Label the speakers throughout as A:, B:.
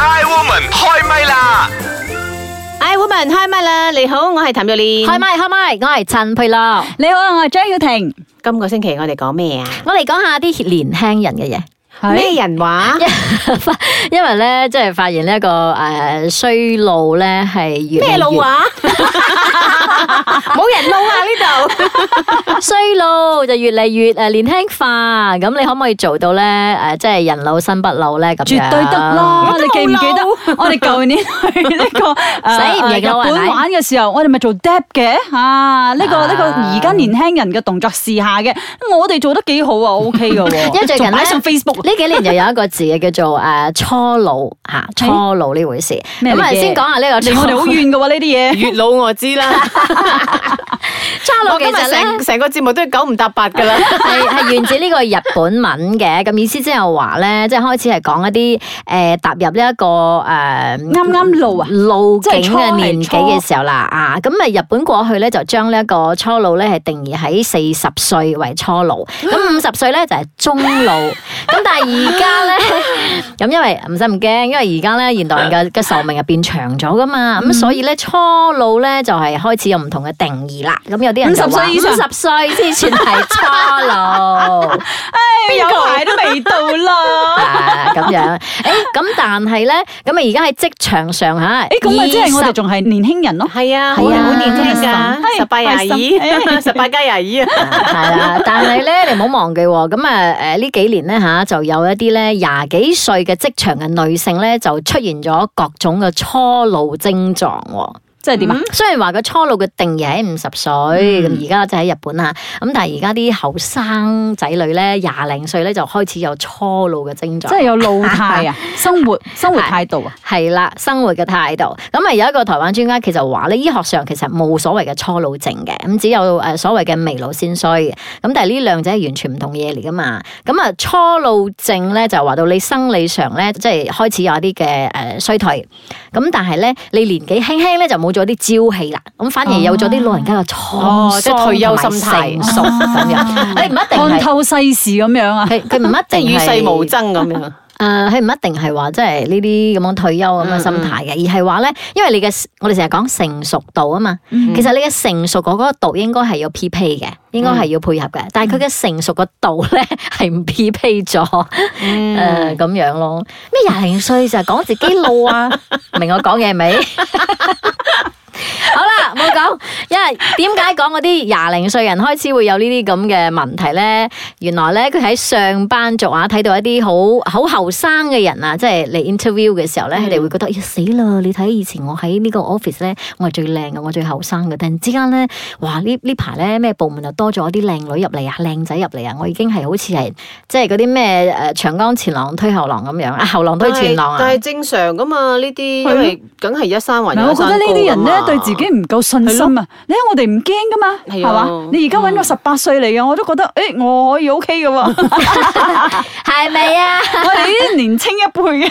A: I Woman 開唛啦！
B: I woman 開唛啦！你好，我係譚玉蓮。
C: 開麥開麥，我係陳佩樂，
D: 你好啊，我係張曉婷。
B: 今個星期我哋講咩啊？
C: 我嚟講下啲年輕人嘅嘢。
B: 咩人話？
C: 因為咧，即係發現呢一個誒衰老咧係越嚟
B: 咩
C: 越
B: 路話？冇人路啊呢度。
C: 衰老就越嚟越誒年輕化。咁你可唔可以做到咧？誒，即係人老身不老咧咁樣。
D: 絕對得啦！你記唔記
B: 老
D: 得我哋舊年去呢個
C: 死唔
D: 誒
C: 認
D: 日
C: 老係咪
D: 本玩嘅時候，我哋咪做 dab 嘅啊？呢個
C: 啊
D: 呢個而家年輕人嘅動作試下嘅，我哋做得幾好啊，OK 嘅喎。
C: 因為最近
D: 仲
C: 咧
D: 擺上 Facebook
C: 呢幾年就有一個字嘅叫做誒 初老嚇，初老呢回事。
D: 咩嚟
C: 咁啊，
D: 嘅
C: 先講下呢個初
D: 離我哋好遠嘅喎呢啲嘢。
B: 月老我知啦，
C: 初老
B: 我
C: 其
B: 今日
C: 實咧
B: 成。成個節目都係九唔搭八噶啦。
C: 係係源自呢個日本文嘅，咁意思即係話咧，即係開始係講一啲誒、呃踏入呢、一個誒。呃
D: 啱啱路啊！
C: 路
D: 即
C: 境
D: 係初
C: 嘅年紀
D: 係
C: 嘅時候啦，啊，咁啊日本過去咧就將呢一個初老咧係定義喺四十歲為初老，
D: 啊
C: 咁五十歲咧就係中 老，咁但係而家咧，咁因為唔使唔驚，因為而家咧現代人 嘅嘅壽命係變長咗噶嘛，
D: 嗯
C: 咁所以咧初老咧就係開始有唔同嘅定義啦，咁有啲人就話
D: 50歲
C: 五
D: 以上
C: 十歲先算係初 老。
D: 唉，有排都未到 啦。
C: 啊咁樣，誒咁但係咧，咁啊而家喺職場上嚇，
D: 誒，咁咪即係我哋仲係年輕人咯。
B: 係啊，
C: 係啊
B: 好年輕噶，
D: 係
B: 十八廿二，
D: 係
B: 十八加廿二啊。
C: 係啦，但係咧你唔好忘記喎，咁啊誒呢幾年咧嚇就有一啲咧廿幾歲嘅職場嘅女性咧就出現咗各種嘅初老症狀喎。
D: 即係點啊？
C: 雖然話個初老嘅定義喺五十歲，咁而家就喺日本啊，咁但係而家啲後生仔女咧廿零歲咧就開始有初老嘅症狀
D: 即。係有老態啊，生活生活態度啊。
C: 係啦，生活嘅態度。咁啊，有一個台灣專家其實話咧，醫學上其實冇所謂嘅初老症嘅，咁只有誒所謂嘅未老先衰。咁但係呢兩者係完全唔同嘢嚟噶嘛。咁啊，初老症咧就話到你生理上咧，即係開始有一啲嘅誒衰退。咁但係咧，你年紀輕輕咧就冇咗啲朝氣啦，咁反而有咗啲老人家嘅
B: 哦
C: 滄
B: 即係
C: 桑
B: 退休
C: 同埋
B: 心態
C: 成熟咁樣。誒唔一定
D: 看
C: 係。
D: 透世事咁樣啊。
C: 佢佢唔
B: 即係
C: 一定
B: 與
C: 係
B: 世無爭咁樣。
C: 誒，佢唔、一定啊係話即係呢啲咁樣退休咁嘅心態嘅，而係話咧，因為你嘅我哋成日講成熟度啊嘛，其實你嘅成熟嗰個度應該係要匹配嘅，應該係要配合嘅，但係佢嘅成熟個度咧 係唔匹配咗，誒咁、
B: 嗯
C: 樣咯。咩廿零歲就係講自己老啊，明我講嘢未？ 好啦，冇講，因為點解講嗰啲廿零歲人開始會有呢啲咁嘅問題咧？原來咧佢喺上班族啊睇到一啲好好後生嘅人啊，即係嚟 interview 嘅時候咧，佢哋、會覺得哎呀死啦！你睇以前我喺呢個 office 咧，我係最靚嘅，我最後生嘅。突然之間咧，哇！呢呢排咧咩部門又多咗啲靚女入嚟啊，靚仔入嚟啊，我已經係好似係即係嗰啲咩誒長江前浪推後浪咁樣啊，後浪推前浪
B: 但
C: 啊
B: 係。正常噶嘛呢啲，
D: 係
B: 因為梗係一山還
D: 嗱，
B: 有
D: 我
B: 一
D: 覺
B: 山
D: 得呢啲人咧
B: 高㗎嘛
D: 對自己唔夠信心啊！你睇我哋唔驚噶嘛，
B: 係
D: 係
B: 啊
D: 嘛？你而家揾個十八歲嚟嘅，我都覺得誒，我可以 OK 嘅喎。
C: 係咪啊？
D: 我哋呢啲年青一輩嘅，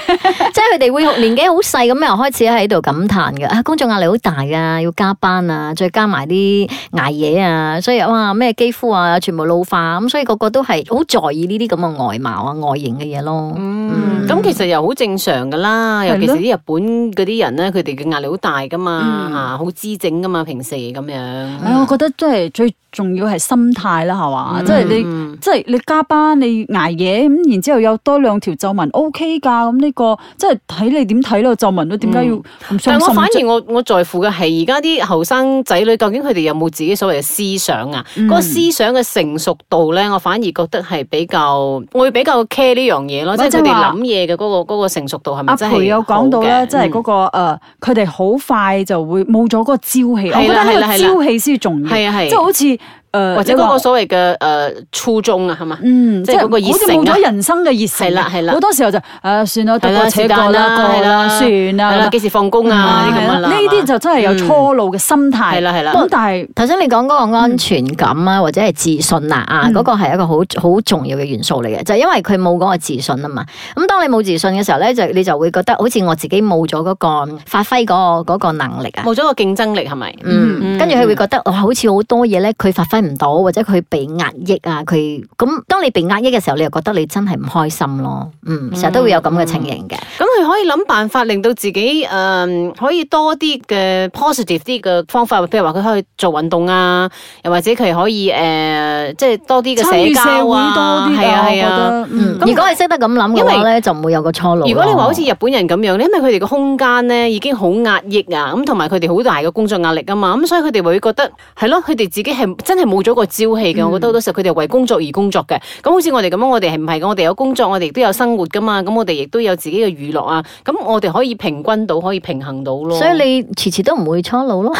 C: 即係佢哋會年紀好細咁又開始喺度感嘆嘅，啊工作壓力好大啊，要加班啊，再加埋啲捱夜啊，所以哇咩肌膚啊，全部老化咁，所以個個都係好在意呢啲咁嘅外貌啊、外形嘅嘢咯。
B: 嗯，咁其實又好正常噶啦，尤其是啲日本嗰啲人咧，佢哋嘅壓力好大噶嘛，嚇好姿整噶嘛，平時咁樣。
D: 我覺得即嗯係啊最重要係心態啦，
B: 啊
D: 係嘛？即係
B: 嗯
D: 你，嗯即係你加班，你捱夜咁，然之後有多兩條皺紋 OK 㗎，咁呢個即係睇你點睇咯，皺紋咯，點解要咁
B: 嗯但
D: 傷
B: 我
D: 心
B: 反而
D: 啫？
B: 我我在乎嘅係而家啲後生仔女，究竟佢哋有冇自己所謂嘅思想啊？
D: 嗯
B: 嗰、個思想嘅成熟度咧，我反而覺得係比較，我會比較 care 呢樣嘢咯，即
D: 咪
B: 係
D: 即
B: 佢
D: 係
B: 哋
D: 話
B: 諗嘢嘅嗰個嗰個成熟度係咪
D: 阿
B: 真係
D: 培有講到
B: 好
D: 咧，
B: 嘅嗯
D: 即係嗰個呃誒，佢哋好快就會冇咗嗰個朝氣。我覺
B: 係啦
D: 得
B: 係
D: 呢
B: 啦
D: 個
B: 係啦
D: 朝氣先重要，
B: 係啊係
D: 即係好似誒，呃
B: 或者
D: 你
B: 嗰
D: 話
B: 個所謂嘅誒初衷啊，係嘛？
D: 嗯，
B: 即
D: 即
B: 係
D: 係
B: 嗰個熱
D: 好似
B: 誠
D: 冇
B: 啊
D: 咗人生嘅熱誠，
B: 係啦係啦
D: 好多時候就誒算啦，
B: 係
D: 得
B: 啦，
D: 過
B: 時
D: 且過
B: 間
D: 啦，
B: 啦，
D: 過啦，算
B: 係
D: 啦嗯
B: 啦，，幾時放工啊？呢啲咁樣
D: 係
B: 啦，
D: 呢
B: 係
D: 啲
B: 嘛
D: 就真係有初老嘅心態，
B: 係啦係啦
D: 咁但係
C: 頭先你講嗰個安全感啊，或者係自信啊，啊，嗰個係一個好好重要嘅元素嚟嘅，就係因為佢冇嗰個自信啊嘛。咁當你冇自信嘅時候咧，就你就會覺得好似我自己冇咗嗰個發揮嗰個嗰個能力啊。
B: 冇咗個競爭力係咪？
C: 嗯，跟住佢會覺得哇，好似好多嘢咧，佢發揮唔到，或者佢被壓抑啊，佢咁當你被壓抑嘅時候，你又覺得你真係唔開心咯。嗯，成日都會有咁嘅情形嘅。
B: 咁佢可以諗辦法令到自己誒、嗯可以多啲嘅 positive 啲嘅方法，譬如話佢可以做運動啊，又或者佢可以誒、呃即係多啲嘅
D: 參與
B: 社
D: 社會
B: 交
D: 多
B: 啊，
D: 啲
B: 係
D: 㗎，
B: 啊
D: 我
B: 係
D: 覺
B: 啊。
D: 得
C: 嗯，
D: 嗯
C: 如果你識得咁諗嘅話咧，就唔會有個初老咯。
B: 如果你話好似日本人咁樣咧，因為佢哋個空間咧已經好壓抑啊，咁同埋佢哋好大嘅工作壓力啊嘛，咁所以佢哋會覺得係咯，佢哋自己係真係冇咗個朝氣
C: 嗯
B: 嘅。我覺得好多時候佢哋係為工作而工作嘅。咁好似我哋咁樣，我哋係唔係嘅？我哋有工作，我哋亦都有生活噶嘛。咁我哋亦都有自己嘅娛樂啊。咁我哋可以平均到，可以平衡到咯。
C: 所以你遲遲都唔會初老咯。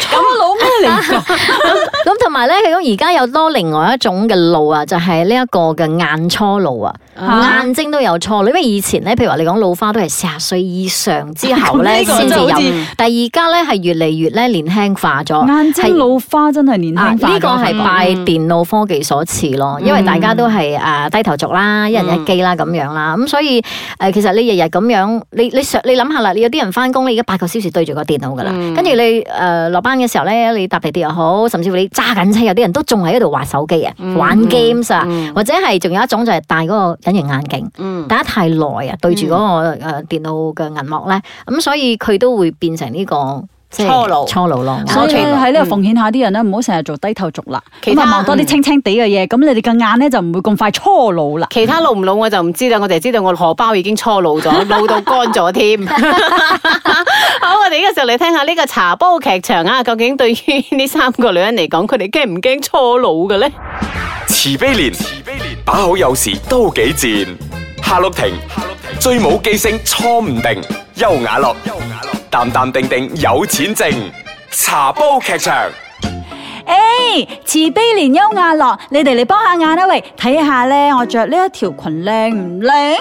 D: 咁老咩 嚟㗎？
C: 咁同埋咧，咁而家有多另外一種嘅路啊，就係呢一個嘅眼初老啊，
D: 啊
C: 眼睛都有初老，因為以前咧，譬如話你講老花都係四十歲以上之後咧
D: 咁呢個
C: 先
D: 真
C: 至
D: 係好
C: 有，
D: 似
C: 但係而家咧係越嚟越咧年輕化
B: 嗯
C: 咗，
D: 眼睛
C: 係
D: 老花真係年
C: 啊！
D: 輕化咗
C: 呢個係拜電腦科技所賜咯，因為大家都係誒低頭族啦，一人一機啦咁樣啦，咁所以誒其實你日日咁樣，你你想你諗下啦，你有啲人翻工你而家八個小時對住個電腦噶啦，跟住你誒落班嘅時候咧，你搭地鐵又好，甚至乎你揸緊車，有啲人都仲喺度玩手機啊，玩 games 啊，或者係仲有一種就係戴嗰個隱形眼鏡。
B: 嗯
C: 戴得太耐啊，對住嗰個誒電腦嘅銀幕咧，咁所以佢都會變成呢個即係
B: 初老
C: 初老咯。
D: 所
B: 我
D: 以
B: 明
D: 咧
B: 白
D: 喺呢度奉獻下啲人咧，唔好成日做低頭族啦，
B: 其
D: 咁
B: 他嗯
D: 啊望多啲青青地嘅嘢，咁你哋嘅眼咧就唔會咁快初老啦。
B: 其他老唔老我就唔知啦，我就係知道我荷包已經初老咗，老到乾咗添。好，我哋呢個時候嚟聽下呢個茶煲劇場啊，究竟對於呢三個女人嚟講，佢哋驚唔驚初老嘅咧？
A: 慈悲蓮，慈悲蓮，把口有時都幾賤。夏綠庭，夏綠庭，最冇記性錯唔定。優雅樂，優雅樂，淡淡定定有錢剩。茶煲劇場。
D: 誒，慈悲蓮優雅樂，你哋嚟幫下眼啦喂，睇下咧，我着呢一條裙靚唔靚？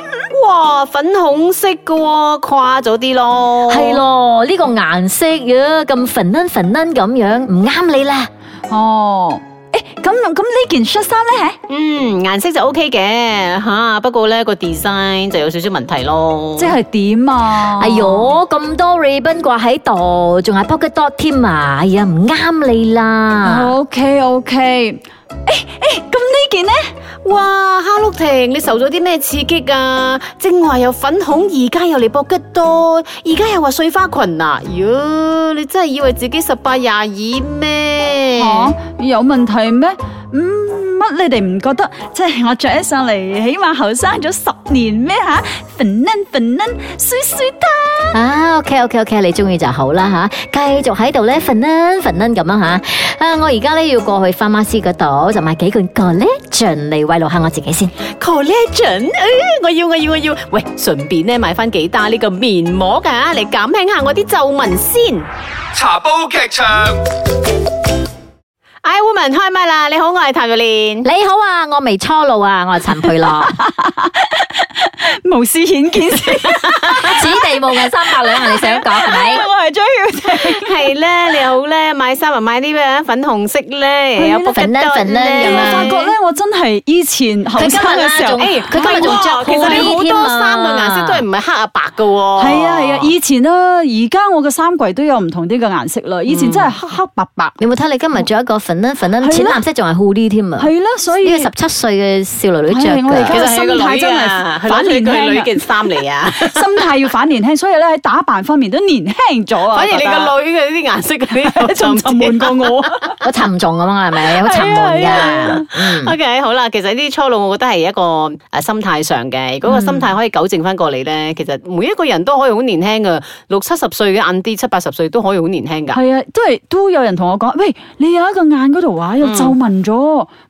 B: 哇，粉紅色嘅喎、跨咗啲咯，
C: 系。咯，呢、個个颜色呀，咁粉嫩粉嫩咁樣，唔啱你啦。
D: 哦，誒，咁咁呢件恤衫咧，
B: 嗯，顏色就 O K 嘅吓，不過咧個 design 就有少少問題咯。
D: 即係點啊？
C: 哎呦，咁多 ribbon 掛喺度，仲係 pocket dot 添啊！哎呀，唔啱你啦。
D: ，O K O K，誒誒，咁呢件咧？
B: 哇，哈碌婷，你受咗啲咩刺激啊？正話有粉紅，而家又嚟搏吉多，而家又話碎花裙啊！喲，你真係以為自己十八廿二咩？
D: 吓、有問題咩？嗯，乜你哋唔覺得即係我着起上嚟，起碼後生咗十年咩吓？粉嫩粉嫩，衰衰得。
C: 啊，OK À, OK OK，你中意就好啦吓，繼續喺度咧，粉嫩粉嫩咁樣吓。啊，我而家咧要過去花媽師嗰度就買幾罐 collection 嚟慰勞下我自己先。
B: collection，哎我要我要我要，喂，順便咧買翻幾打呢個面膜㗎、嚟減輕下我啲皺紋先。
A: 茶煲劇場。
B: I woman 開麥啦！你好，我係譚玉蓮。
C: 你好啊，我未初老啊，我係陳佩樂，
D: 無視顯見先，
C: 此地無銀三百兩啊！你想講係咪？
D: 我係張曉婷。
B: 係咧，你好咧，買衫啊，買啲咩粉紅色咧，有
C: 係啦粉啦
B: polka dot
C: 粉啦
B: 咧
C: 咁
D: 我
C: 啊
D: 發覺咧，我真係以前後生嘅時候
C: 佢今日啦仲。
B: 誒
C: 佢今日仲着
B: 其實你好
C: 褲
B: 多
C: 添啊
B: 衫嘅顏色都係唔係黑啊白嘅
C: 哦
B: 喎。
D: 係啊係啊，以前啦，而家我嘅衫櫃都有唔同啲嘅顏色啦。以前
C: 嗯
D: 真係黑黑白白，
C: 你有冇睇你今日着一個粉嫩粉嫩
D: 係啦
C: 淺藍色，仲係好啲添啊！
D: 係啦，所以
C: 呢個十七歲嘅少女女着
D: 係我哋
B: 其
D: 而
C: 㗎
D: 家
B: 實係個
D: 心態真
B: 女啊，
D: 係
B: 佢攞住
D: 反
B: 佢
D: 年輕
B: 女
D: 啊
B: 件衫嚟啊。
D: 心態要反年輕，所以咧喺打扮方面都年輕 咗啊。
B: 反而
D: 我
B: 你
D: 覺得
B: 個女嘅呢啲顏色嗰 啲
D: 仲沉悶過 我。
C: 好沉重咁樣係 咪？好沉悶
D: 係啊係
B: Ừ.
C: 㗎。嗯
B: O K，好啦，其實呢啲初老，我覺得係一個誒心態上嘅。如果個心態可以糾正翻過嚟咧，其實每一個人都可以好年輕噶，六七十歲嘅硬啲，七八十歲都可以好年輕㗎。
D: 係啊，都係都有人同我講，喂，你有一個眼嗰度話有皺紋咗，咁、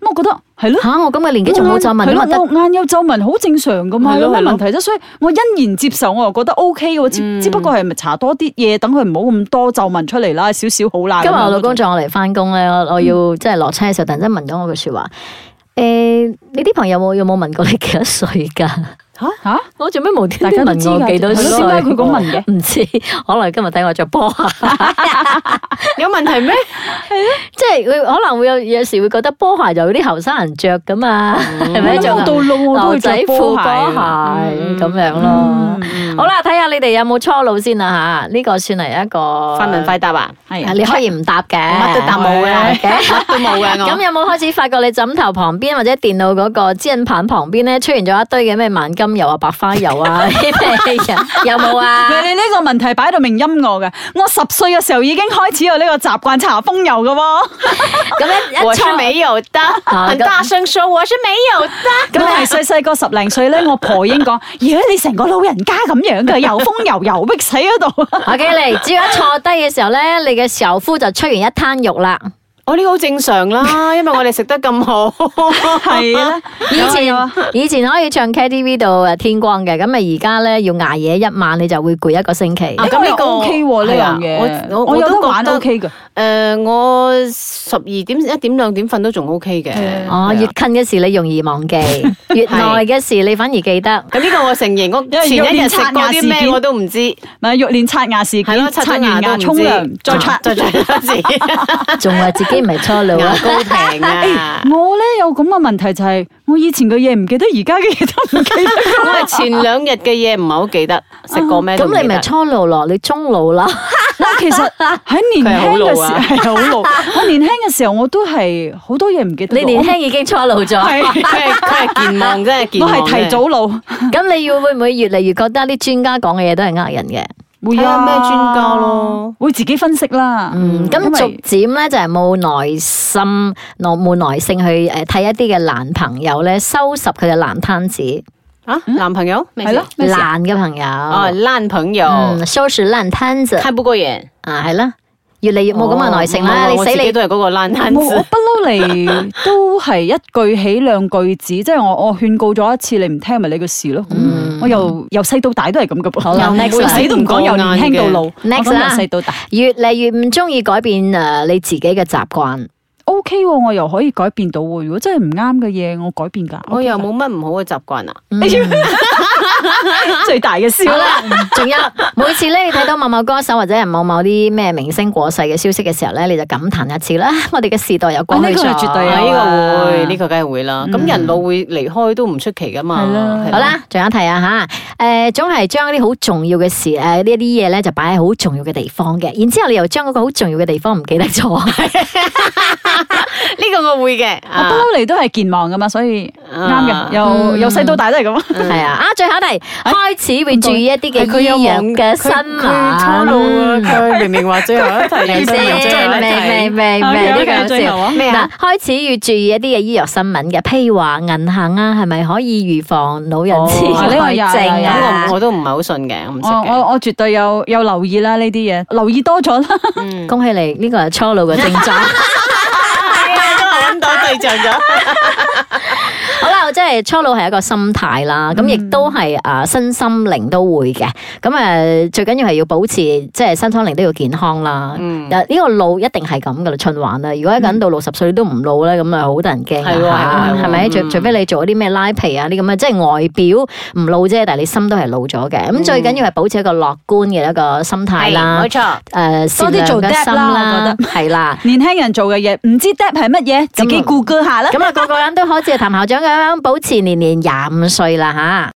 D: 我覺得係咯。
C: 嚇！我咁嘅年紀仲冇皺紋，咁
D: 係
C: 啊
D: 咯
C: 得。
D: 我眼有皺紋好正常噶嘛，
B: 係
D: 有
B: 咯
D: 咩
B: 係咯
D: 問題啫？所以我欣然接受，我又覺得 O K 嘅，
C: 嗯
D: 只只不過係咪搽多啲嘢，等佢唔好咁多皺紋出嚟啦，少少好啦。
C: 今日
D: 咁樣
C: 我老公撞我嚟翻工咧，我
D: 嗯
C: 我要即係落車嘅時候，突然間問咗我句説話：誒，你啲朋友有冇有冇問過你幾多歲㗎？
D: 嚇，
C: 我做咩無端
D: 大
C: 端
D: 家都知
C: 問我
D: 㗎
C: 幾多歲？
D: 係咯點解佢咁問 嘅？
C: 唔知，可能今日睇我着波 鞋。
B: 有問 題咩？
C: 即係佢可能會有有時會覺得波鞋就有啲後生人着噶嘛，係咪
D: 嗯我
C: 着
D: 到老我都
C: 牛
D: 會
C: 仔
D: 着
C: 褲
D: 波
C: 波
D: 鞋
C: 鞋
D: 啊。
C: 咁樣咯
D: 嗯？
C: 好啦，睇下你哋有冇初老先啊？吓，呢個算係一個
B: 快問快答啊！
D: 係
C: 啊你可以唔答 嘅，
B: 乜都答冇嘅， 乜都冇嘅
C: 咁
B: 我。
C: 有冇開始發覺你枕頭旁邊或者電腦嗰個支印棒旁邊咧，出現咗一堆嘅咩萬金油啊、白花油 啊呢啲咩嘅？有冇啊？
D: 你呢個問題擺到明音樂嘅，我十歲嘅時候已經開始有呢個習慣搽風油嘅喎，
C: 咁一一
B: 我是
C: 初
B: 沒有的，很大聲說我是沒有的。
D: 咁係細細個十零歲咧，我婆已經講：，咦，你成個老人家咁樣嘅，又風油又逼死喺度。
C: ，OK 嚟，只要一坐低嘅時候咧，你嘅小夫就出現一灘肉 啦。
B: 我呢個好正常啦，因為我哋食得咁好。
D: 係啦，
C: 以前
D: 有啊
C: 以前可以唱 KTV 到誒天光嘅，咁啊而家咧要捱夜一晚，你就會攰一個星期。
B: 啊咁呢個
D: O K 喎呢
B: 係啊
D: 樣嘢，
B: 我我
D: 我
B: 我
D: 有得
B: 都
D: 玩
B: 覺得
D: O K 嘅。
B: 诶，我十二點一點兩點瞓都仲 OK 嘅。
C: 哦，越近嘅事你容易忘 記，越耐嘅事你反而記得。
B: 咁呢個我承認，我前一日食過啲咩我都唔知，係
D: 咪玉蓮刷牙事
B: 咯，
D: 件，
B: 刷
D: 刷
B: 咗
D: 完
B: 牙都
D: 牙
B: 唔
D: 沖
B: 知，
D: 涼再刷
B: 啊。再刷一次，
C: 仲話自己唔係初老啊
B: 牙？ 膏平啊！
D: 我咧有咁嘅問題就係，我以前嘅嘢唔記得，而家嘅嘢都唔記得。
B: 我係前兩日嘅嘢唔係好記得，食過咩都唔
C: 咁
B: 記
C: 你咪
B: 得。
C: 初老咯，你中老啦。
D: 我其實喺年輕嘅時候係好老，我年輕嘅時候我都係好多嘢唔記得
C: 你
D: 㗎。
C: 年輕已經初老 咗，
B: 佢係佢係健忘真係健
D: 我
B: 忘
D: 我
B: 啫。
D: 係提早老，
C: 咁你要會唔會越嚟越覺得啲專家講嘅嘢都係呃人嘅？
D: 會
B: 睇下
D: 啊
B: 咩專家咯，
D: 會自己分析啦。
C: 嗯，咁
D: 因為
C: 逐漸咧就係冇耐心、冇冇耐性去誒睇一啲嘅男朋友咧，收拾佢嘅爛攤子，
B: 啊，男朋友咩
D: 係咯
B: 事，
D: 咩事啊
C: 爛嘅朋友。
B: 哦，爛朋友，
C: 嗯，收拾爛攤子
B: 看不過眼，
C: 啊，係啦，越嚟越冇咁嘅耐性啦。
B: 哦
C: 你
B: 我
C: 死
B: 自己
C: 你
B: 都係嗰個爛
D: 我
B: 攤
D: 我
B: 子，
D: 不嬲嚟都係一句起兩句止，即係我我勸告咗一次，你唔聽咪你嘅事咯。我由由細到大都係咁嘅噃，
C: 啦
D: 由
C: next
D: 由
C: 啦
D: 死都唔講，由年輕到老，我
C: Next
D: 講由
C: 啦
D: 細到大。
C: 越嚟越唔中意改變誒你自己嘅習慣。
D: O K 喎，我又可以改變到喎。如果真係唔啱嘅嘢，我改變㗎。
B: 我又冇乜唔好嘅習慣啊。
D: 最大嘅笑
C: 嗯好
D: 啦。
C: 啦，仲有每次咧，你睇到某某歌手或者係某某啲咩明星過世嘅消息嘅時候咧，你就感嘆一次啦。啊我哋嘅時代又過去
D: 啊呢
C: 咗，
D: 個係絕對有
B: 啊！
D: 啊
B: 呢個會，呢個梗係會啦。咁人老會離開都唔出奇噶嘛。
D: 係啦
B: 係
C: 好，啦，仲有一題啊吓，誒、總係將啲好重要嘅事，誒、呃呢一啲嘢咧就擺喺好重要嘅地方嘅，然之後你又將嗰個好重要嘅地方唔記 得咗，
B: 呢個我會嘅。
D: 我不
B: 啊
D: 嬲嚟都係健忘㗎嘛，所以啱
B: 啊
D: 嘅。由由細到大都係咁。
C: 係啊，啊最後一題，開始會注意一啲
B: 嗯哎係
C: 嘅
B: 佢有
C: 醫藥
B: 忘
C: 嘅新聞，嗯
B: 佢初老啊！佢明明話最後一題，
C: 係 咪
B: 人生又最後一題。
C: 先？未未未未， 呢
D: OK，OK，
C: 個好
D: 最
C: 笑
D: 後啊
B: 咩啊，
C: 嗱開始要注意一啲嘅醫藥新聞嘅，譬如話銀行啊，係咪可以預防老人痴
B: 哦呢
D: 個
C: 呆
D: 有
C: 症
D: 有
C: 啊
B: 咁？我我都唔係哦好信嘅，我唔識
D: 我
B: 嘅。
D: 我我絕對有有留意啦呢啲嘢，留意多咗啦。
B: 嗯
C: 恭喜你，呢個係初老嘅症狀。
B: 啊都係揾到對象咗。
C: 好啦，即係初老係一個心態
B: 嗯
C: 啦，咁亦都係啊身心靈都會嘅。咁誒最緊要係要保持即係身心靈都要健康啦。啊
B: 嗯
C: 嗱呢個老一定係咁噶啦，循環啊啦。如果一個人到六十歲都唔老咧，咁啊好得人驚
B: 係喎係喎
C: 啊係
B: 係
C: 咪？
B: 喎
C: 除
B: 嗯
C: 除非你做啲咩拉皮啊啲咁啊，即係外表唔老啫，但係你心都係老咗嘅。
B: 嗯
C: 咁最緊要係保持一個樂觀嘅一個心態啦
B: 冇。錯。
C: 誒善
D: 多啲
C: 良
D: 做
C: 嘅
D: dab
C: 心
D: 啦
C: 啦
D: 我，
C: 係啦。
D: 年輕人做嘅嘢，唔知 dap 係乜嘢，自己
C: 咁
D: 顧居下啦。
C: 咁啊，個個人都好似譚校長咁樣保持年年廿五歲啦吓。